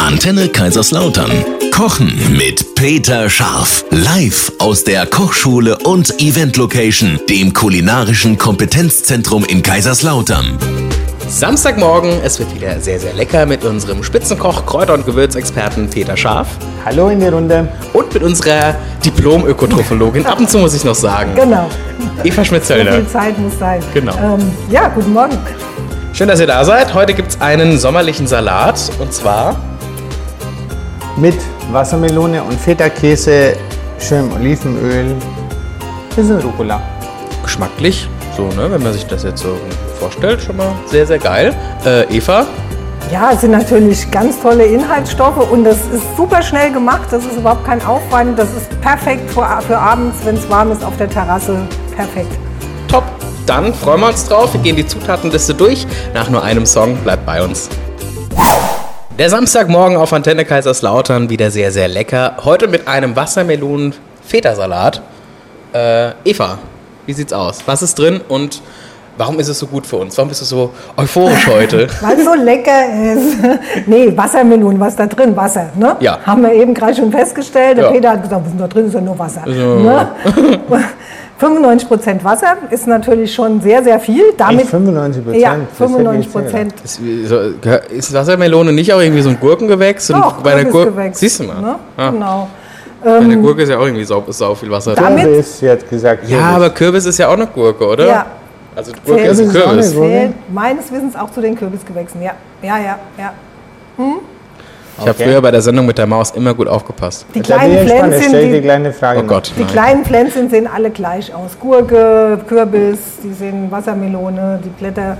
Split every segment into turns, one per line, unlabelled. Antenne Kaiserslautern. Kochen mit Peter Scharf. Live aus der Kochschule und Event Location, dem kulinarischen Kompetenzzentrum in Kaiserslautern.
Samstagmorgen, es wird wieder sehr, sehr lecker mit unserem Spitzenkoch, Kräuter- und Gewürzexperten Peter Scharf
Hallo in die Runde.
und mit unserer Diplom-Ökotrophologin, ab und zu muss ich noch sagen,
Genau.
Eva
So
Schmitzölder.
viel Zeit muss sein.
Genau.
Ähm, ja, guten Morgen.
Schön, dass ihr da seid. Heute gibt es einen sommerlichen Salat und zwar
Mit Wassermelone und Feta-Käse, schönem Olivenöl, bisschen Rucola.
geschmacklich, so, ne, wenn man sich das jetzt so vorstellt, schon mal sehr, sehr geil. Äh, Eva,
Ja, es sind natürlich ganz tolle Inhaltsstoffe und das ist super schnell gemacht. Das ist überhaupt kein Aufwand. Das ist perfekt für, für abends, wenn es warm ist auf der Terrasse. Perfekt.
top. Dann freuen wir uns drauf. Wir gehen die Zutatenliste durch. Nach nur einem Song bleibt bei uns. Der Samstagmorgen auf Antenne Kaiserslautern wieder sehr, sehr lecker. Heute mit einem Wassermelonen-Fetasalat. Äh, Eva, wie sieht's aus? Was ist drin und warum ist es so gut für uns? Warum bist du so euphorisch heute?
Weil es so lecker ist. nee, Wassermelone, was da drin? Wasser, ne?
Ja.
Haben wir eben gerade schon festgestellt. Der
Ja.
Peter hat gesagt, was ist denn da drin? Ist ja nur Wasser. Ne? 95% Wasser ist natürlich schon sehr, sehr viel. Damit
Echt 95%?
Ja,
Das hätte ich nicht
95%.
Ist, so- gehör- ist Wassermelone nicht auch irgendwie so ein Gurkengewächs? Und
Doch,
der Gurke-
Kürbisgewächs,
Siehst du mal. Ah.
Ne?
Ja,
Genau.
Bei der Gurke ist ja auch irgendwie sau, sau viel Wasser
Ah,
drin.
Damit-
Kürbis, sie hat gesagt.
Ja, aber Kürbis ist ja auch eine Gurke, oder?
Ja.
Also Gurke
Zählt.
ist ein
Kürbis ist auch
Kürbis.
eine Gurke.
Zählt meines Wissens auch zu den Kürbisgewächsen. Ja, ja, ja. ja.
Ich habe
Okay.
früher bei der Sendung mit der Maus immer gut aufgepasst.
Da bin
Die
ich
kleinen
entspannt. Ich
Pflänzchen,
stelle die
die,
kleine Frage.
Oh Gott.
Genau. die
nein.
kleinen Pflänzchen sehen alle gleich aus. Gurke, Kürbis, die sehen Wassermelone, die Blätter,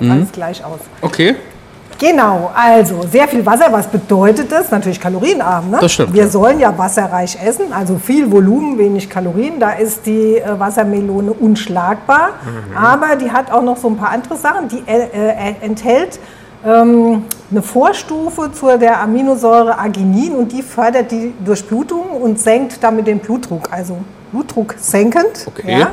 Mhm.
alles gleich aus.
Okay.
Genau, also sehr viel Wasser, was bedeutet das? Natürlich kalorienarm. Ne?
Das stimmt,
Wir
ja.
sollen ja wasserreich essen, also viel Volumen, wenig Kalorien. Da ist die äh, Wassermelone unschlagbar.
Mhm.
Aber die hat auch noch so ein paar andere Sachen. Die äh, äh, enthält ähm, eine Vorstufe zur der Aminosäure Arginin und die fördert die Durchblutung und senkt damit den Blutdruck. Also Blutdruck senkend.
Okay.
Ja?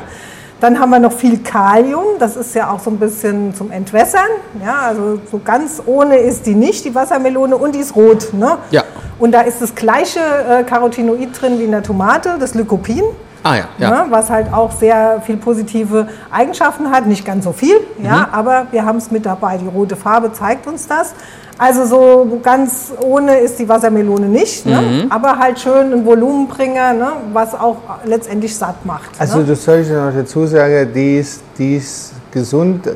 Dann haben wir noch viel Kalium, das ist ja auch so ein bisschen zum Entwässern. Ja, also so ganz ohne ist die nicht, die Wassermelone, und die ist rot. Ne?
Ja.
Und da ist das gleiche äh, Carotinoid drin wie in der Tomate, das Lycopin,
Ah ja, ja.
ne? was halt auch sehr viel positive Eigenschaften hat, nicht ganz so viel,
Mhm.
ja, aber wir haben es mit dabei. Die rote Farbe zeigt uns das. Also so ganz ohne ist die Wassermelone nicht, ne?
Mhm.
aber halt schön ein Volumenbringer, ne? was auch letztendlich satt macht.
Also
ne?
das soll ich noch dazu sagen, die ist, die ist gesund,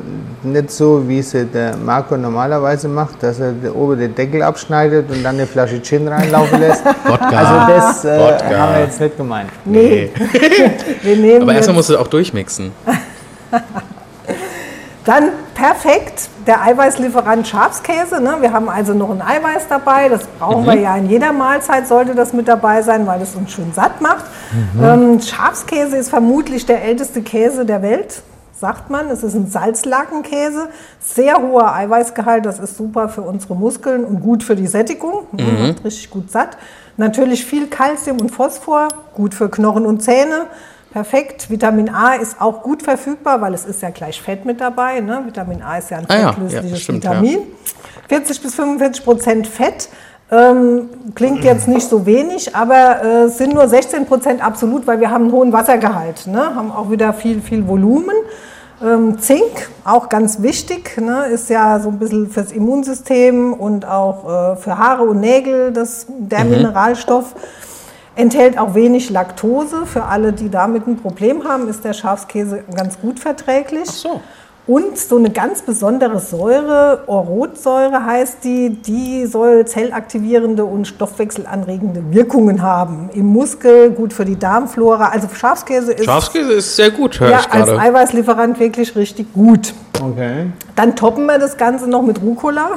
nicht so wie sie der Marco normalerweise macht, dass er der- oben den Deckel abschneidet und dann eine Flasche Gin reinlaufen lässt. also das äh,
Wodka.
haben wir jetzt nicht gemeint.
Nee. Wir nehmen
Aber erstmal
jetzt
musst du auch durchmixen.
Also- dann perfekt der Eiweißlieferant Schafskäse. Ne? Wir haben also noch ein Eiweiß dabei. Das brauchen wir ja in jeder Mahlzeit, sollte das mit dabei sein, weil es uns schön satt macht. Ähm, Schafskäse ist vermutlich der älteste Käse der Welt. Sagt man, es ist ein Salzlakenkäse, sehr hoher Eiweißgehalt, das ist super für unsere Muskeln und gut für die Sättigung, ne, macht richtig gut satt. Natürlich viel Kalzium und Phosphor, gut für Knochen und Zähne. Perfekt. Vitamin A ist auch gut verfügbar, weil es ist ja gleich Fett mit dabei. Ne? Vitamin A ist ja ein
Ah ja, ja,
fettlösliches
stimmt, ja.
Vitamin. 40 bis 45 Prozent Fett. Ähm, klingt jetzt nicht so wenig, aber äh, es sind nur 16 Prozent absolut, weil wir haben einen hohen Wassergehalt, ne? haben auch wieder viel, viel Volumen. Ähm, Zink, auch ganz wichtig, ne? ist ja so ein bisschen fürs Immunsystem und auch äh, für Haare und Nägel das, der
Mhm.
Mineralstoff. Enthält auch wenig Laktose. Für alle, die damit ein Problem haben, ist der Schafskäse ganz gut verträglich. Ach
so.
Und so eine ganz besondere Säure, Orotsäure heißt die, die soll zellaktivierende und stoffwechselanregende Wirkungen haben. Im Muskel, gut für die Darmflora. Also Schafskäse ist
Schafskäse ist sehr gut, höre
ja,
ich
als
gerade.
Eiweißlieferant wirklich richtig gut.
Okay.
Dann toppen wir das Ganze noch mit Rucola.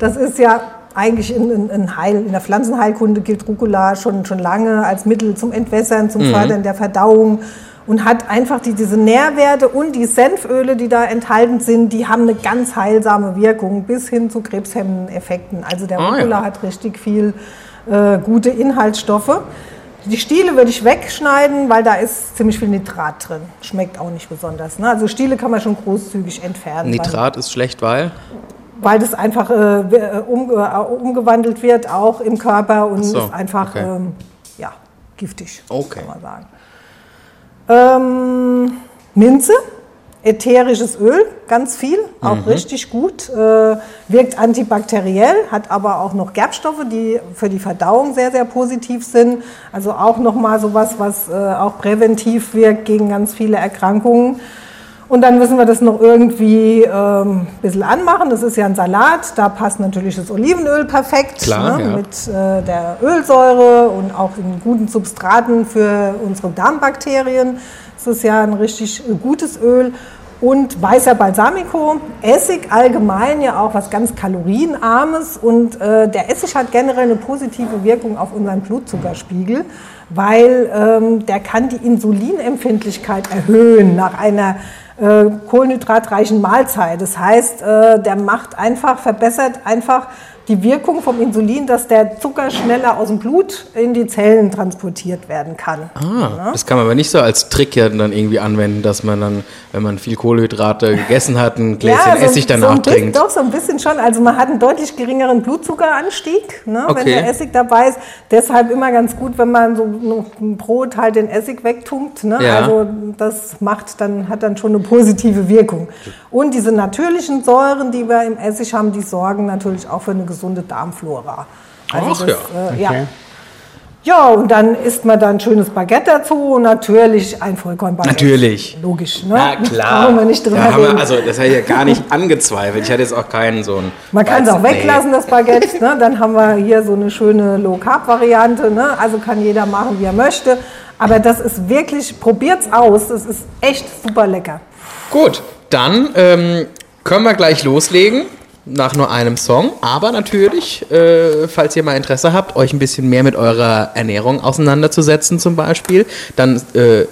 Das ist ja eigentlich in, in, in, Heil, in der Pflanzenheilkunde gilt Rucola schon, schon lange als Mittel zum Entwässern,
Mhm.
zum Fördern der Verdauung und hat einfach die, diese Nährwerte und die Senföle, die da enthalten sind, die haben eine ganz heilsame Wirkung bis hin zu krebshemmenden Effekten. Also der
Ah, ja.
Rucola hat richtig viel äh, gute Inhaltsstoffe. Die Stiele würde ich wegschneiden, weil da ist ziemlich viel Nitrat drin. Schmeckt auch nicht besonders. Ne? Also Stiele kann man schon großzügig entfernen. weil-
Nitrat ist schlecht, weil.
weil das einfach äh, um, äh, umgewandelt wird, auch im Körper und
so,
ist einfach
okay.
ähm, ja, giftig,
Okay.
kann man sagen. Ähm, Minze, ätherisches Öl, ganz viel, auch
Mhm.
richtig gut, äh, wirkt antibakteriell, hat aber auch noch Gerbstoffe, die für die Verdauung sehr, sehr positiv sind. Also auch nochmal sowas, was äh, auch präventiv wirkt gegen ganz viele Erkrankungen. Und dann müssen wir das noch irgendwie ähm, ein bisschen anmachen. Das ist ja ein Salat, da passt natürlich das Olivenöl perfekt
Klar, ja.
mit äh, der Ölsäure und auch in guten Substraten für unsere Darmbakterien. Es ist ja ein richtig gutes Öl. Und weißer Balsamico, Essig allgemein ja auch was ganz kalorienarmes und äh, der Essig hat generell eine positive Wirkung auf unseren Blutzuckerspiegel, weil ähm, der kann die Insulinempfindlichkeit erhöhen nach einer äh, kohlenhydratreichen Mahlzeit. Das heißt, äh, der macht einfach, verbessert einfach die Wirkung vom Insulin, dass der Zucker schneller aus dem Blut in die Zellen transportiert werden kann.
Ah, das kann man aber nicht so als Trick ja dann irgendwie anwenden, dass man dann, wenn man viel Kohlenhydrate gegessen hat, ein Gläschen
so ein-
Essig danach
so ein bisschen-
trinkt.
Doch, so ein bisschen schon. Also man hat einen deutlich geringeren Blutzuckeranstieg, ne,
Okay.
wenn der Essig dabei ist. Deshalb immer ganz gut, wenn man so noch ein Brot halt den Essig wegtunkt. Ne?
Ja.
Also das macht dann, hat dann schon eine positive Wirkung. Und diese natürlichen Säuren, die wir im Essig haben, die sorgen natürlich auch für eine gesunde Darmflora.
Ach ja.
Äh, ja. Ja, und dann isst man dann schönes Baguette dazu und natürlich ein Vollkornbaguette.
Natürlich.
Logisch, ne?
Na klar.
Brauchen wir nicht drüber
da haben wir,
reden.
also das habe ich ja gar nicht angezweifelt. Ich hatte jetzt auch keinen so einen.
Man kann es auch
Weizen-
weglassen, das Baguette. Ne? Dann haben wir hier so eine schöne Low-Carb-Variante. Ne? Also kann jeder machen, wie er möchte. Aber das ist wirklich, probiert's aus. Das ist echt super lecker.
Nee. Gut, dann ähm, können wir gleich loslegen. Nach nur einem Song. Aber natürlich, äh, falls ihr mal Interesse habt, euch ein bisschen mehr mit eurer Ernährung auseinanderzusetzen, zum Beispiel, dann äh,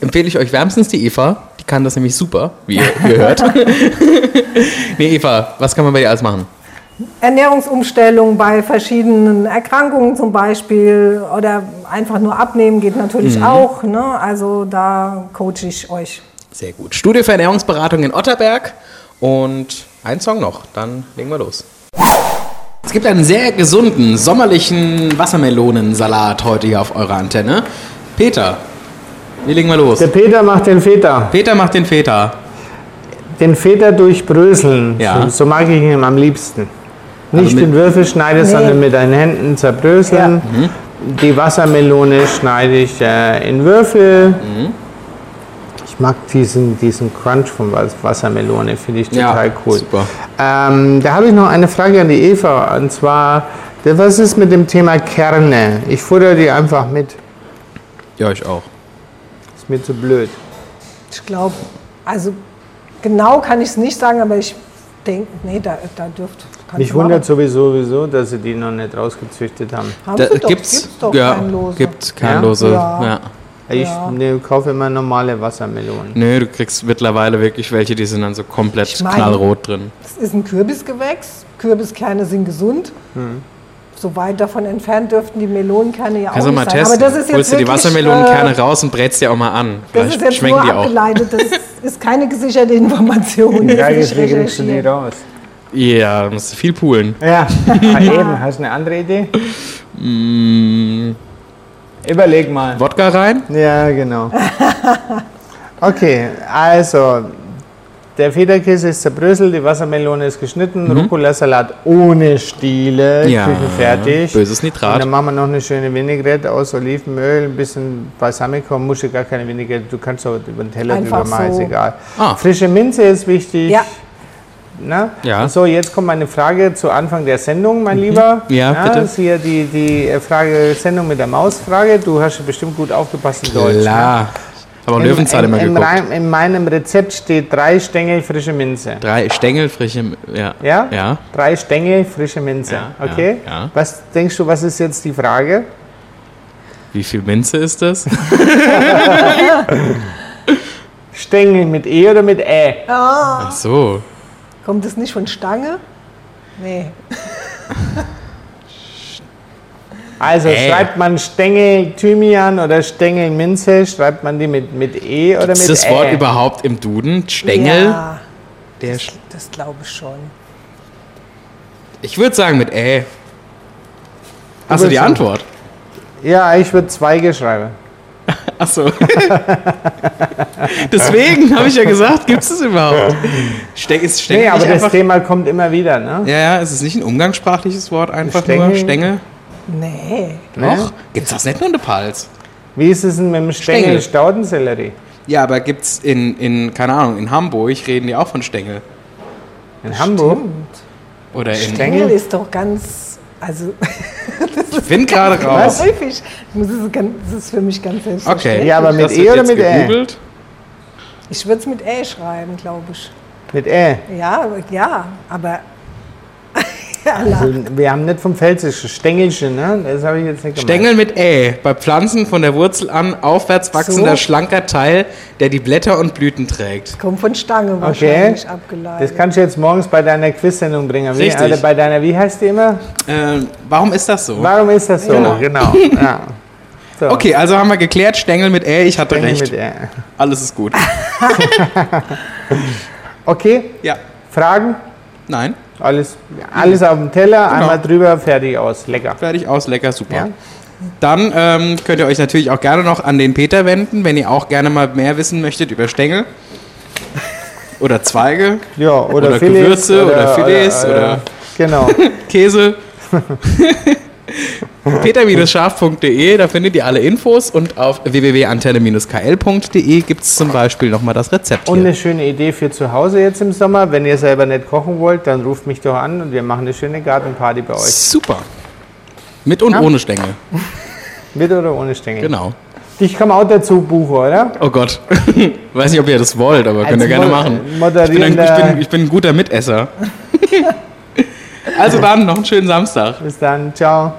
empfehle ich euch wärmstens die Eva. Die kann das nämlich super, wie ihr, wie ihr hört. nee, Eva, was kann man bei dir alles machen?
Ernährungsumstellung bei verschiedenen Erkrankungen zum Beispiel oder einfach nur abnehmen geht natürlich
Mhm.
auch. Ne? Also da coache ich euch.
Sehr gut. Studio für Ernährungsberatung in Otterberg und ein Song noch, dann legen wir los. Es gibt einen sehr gesunden, sommerlichen Wassermelonensalat heute hier auf eurer Antenne. Peter, wir legen mal los.
Der Peter macht den Feta.
Peter macht den Feta.
Den Feta durchbröseln.
Ja. Also
So, so mag ich ihn am liebsten. Nicht
mit-
in Würfel schneide, sondern mit den Händen zerbröseln.
Mhm.
Die Wassermelone schneide ich äh, in Würfel.
Mhm.
Ich mag diesen, diesen Crunch von Was- Wassermelone, finde ich
Ja,
total cool.
super.
Ähm, da habe ich noch eine Frage an die Eva. Und zwar, was ist mit dem Thema Kerne? Ich futter die einfach mit.
Ja, ich auch.
Ist mir zu blöd.
Ich glaube, also genau kann ich es nicht sagen, aber ich denke, nee, da, da dürft. kannst
Mich
du machen.
wundert sowieso, wieso, dass sie die noch nicht rausgezüchtet haben.
Haben
Da,
sie doch,
gibt's,
gibt's doch
ja,
keinen Lose.
gibt's kein
Ja?
Lose. Ja.
Ja.
Ich
Ja.
ne, kaufe immer normale Wassermelonen.
Nö, du kriegst mittlerweile wirklich welche, die sind dann so komplett
Ich mein-
knallrot drin.
Es ist ein Kürbisgewächs. Kürbiskerne sind gesund.
Mhm.
So weit davon entfernt dürften die Melonenkerne ja
Kannst du
auch nicht
mal
sein.
testen.
Aber das ist jetzt
Holst du die
wirklich,
Wassermelonenkerne
äh,
raus und brätst die auch mal an.
Das ist
Vielleicht
jetzt
schmecken
nur
die auch.
abgeleitet. Das ist keine gesicherte Information. Die ist nicht recherchiert.
raus.
Ja, du musst viel poolen.
Ja, Ah, eben. Hast du eine andere Idee? Überleg mal.
Mm, Wodka rein?
Ja, genau. Okay, also der Federkäse ist zerbröselt, die Wassermelone ist geschnitten, Rucola-Salat ohne Stiele,
Ja,
küchenfertig.
böses Nitrat.
Und dann machen wir noch eine schöne Vinaigrette aus Olivenöl, ein bisschen Balsamico, musst du gar keine Vinaigrette, du kannst auch über den Teller
Einfach
drüber machen,
so.
ist egal.
Ah.
Frische Minze ist wichtig.
Ja.
Ne?
Ja. Mhm.
Und So, jetzt kommt meine Frage zu Anfang der Sendung, mein Lieber.
Ja,
Na,
bitte.
ist Hier die, die äh, Frage, Sendung mit der Maus-Frage. Du hast bestimmt gut aufgepasst in Deutsch. ne?
Klar. Aber
Im-
Löwenzahn
im-
immer
im
geguckt.
Reim- In meinem Rezept steht drei Stängel frische Minze.
Drei Stängel frische. Ja.
Ja?
Ja.
Drei Stängel frische Minze.
Ja,
okay?
ja, ja.
Was denkst du, was ist jetzt die Frage?
Wie viel Minze ist das?
Ah. Stängel mit E oder mit Ä?
Ach so.
Kommt das nicht von Stange? Nee.
Also
Ä.
schreibt man Stängel Thymian oder Stängel Minze, schreibt man die mit, mit E oder
Ist
mit
das
Ä?
Wort überhaupt im Duden? Stängel?
Ja,
Der
das glaube ich schon.
Ich würde sagen mit Ä. Hast du die
würdest sagen-
Antwort?
Ja, ich würde Zweige schreiben.
Achso. Deswegen habe ich ja gesagt, gibt es das überhaupt? Steck ist Stängel
Nee, aber
nicht
das
einfach.
Thema kommt immer wieder, ne?
Ja, ja, es ist nicht ein umgangssprachliches Wort, einfach nur
Stängel?
Stängel.
Nee.
Doch. Gibt's das nicht nur in Pals?
Wie ist es denn mit dem
Stängel.
Stängel Staudensellerie?
Ja, aber gibt's in, in, keine Ahnung, in Hamburg reden die auch von Stängel.
In Hamburg?
Oder in.
Stängel?
Engel ist doch ganz. Also,
Ich bin gerade raus.
häufig. Das ist, ganz, das ist für mich ganz selbstverständlich.
Okay.
Ja, aber mit
Das
E
wird
oder
jetzt
mit Ä?
gegoogelt.
Ich würde es mit Ä schreiben, glaube ich.
Mit Ä.
Ja, ja, aber.
Also, wir haben nicht vom Pfälzischen. Stängelchen, ne? Das habe ich jetzt nicht gemeint.
Stängel mit Ä. Bei Pflanzen von der Wurzel an aufwärts wachsender,
So.
schlanker Teil, der die Blätter und Blüten trägt.
Kommt von Stange
Okay.
wahrscheinlich abgeleitet.
Das kannst du jetzt morgens bei deiner Quiz-Sendung bringen. Wie,
Richtig.
also bei deiner, wie heißt die immer?
Ähm, warum ist das so?
Warum ist das so?
Genau.
ja. So.
Okay, also haben wir geklärt, Stängel mit Ä, ich hatte
Stängel
recht.
mit Ä.
Alles ist gut.
Okay,
Ja.
Fragen?
Nein,
Alles, alles auf dem Teller,
Genau.
einmal drüber, fertig aus. Lecker.
fertig aus, lecker, super.
Ja.
Dann ähm, könnt ihr euch natürlich auch gerne noch an den Peter wenden, wenn ihr auch gerne mal mehr wissen möchtet über Stängel. Oder Zweige,
Ja, oder,
Oder
Filets,
Gewürze oder Filets oder-
Genau.
Käse. peter-scharf.de, da findet ihr alle Infos und auf www.antenne-kl.de gibt es zum Beispiel nochmal das Rezept.
Und
Hier.
eine schöne Idee für zu Hause jetzt im Sommer. Wenn ihr selber nicht kochen wollt, dann ruft mich doch an und wir machen eine schöne Gartenparty bei euch.
Super. Mit und ohne Stängel,
Mit oder ohne Stängel.
genau.
Dich kann man auch dazu buchen, oder?
Oh Gott. Weiß nicht, ob ihr das wollt, aber könnt ihr
Als
gerne
Also Mo-
machen. Ich bin, ein, ich,
Moderierender.
bin, ich bin ein guter Mitesser. also dann, noch einen schönen Samstag.
Bis dann. Ciao.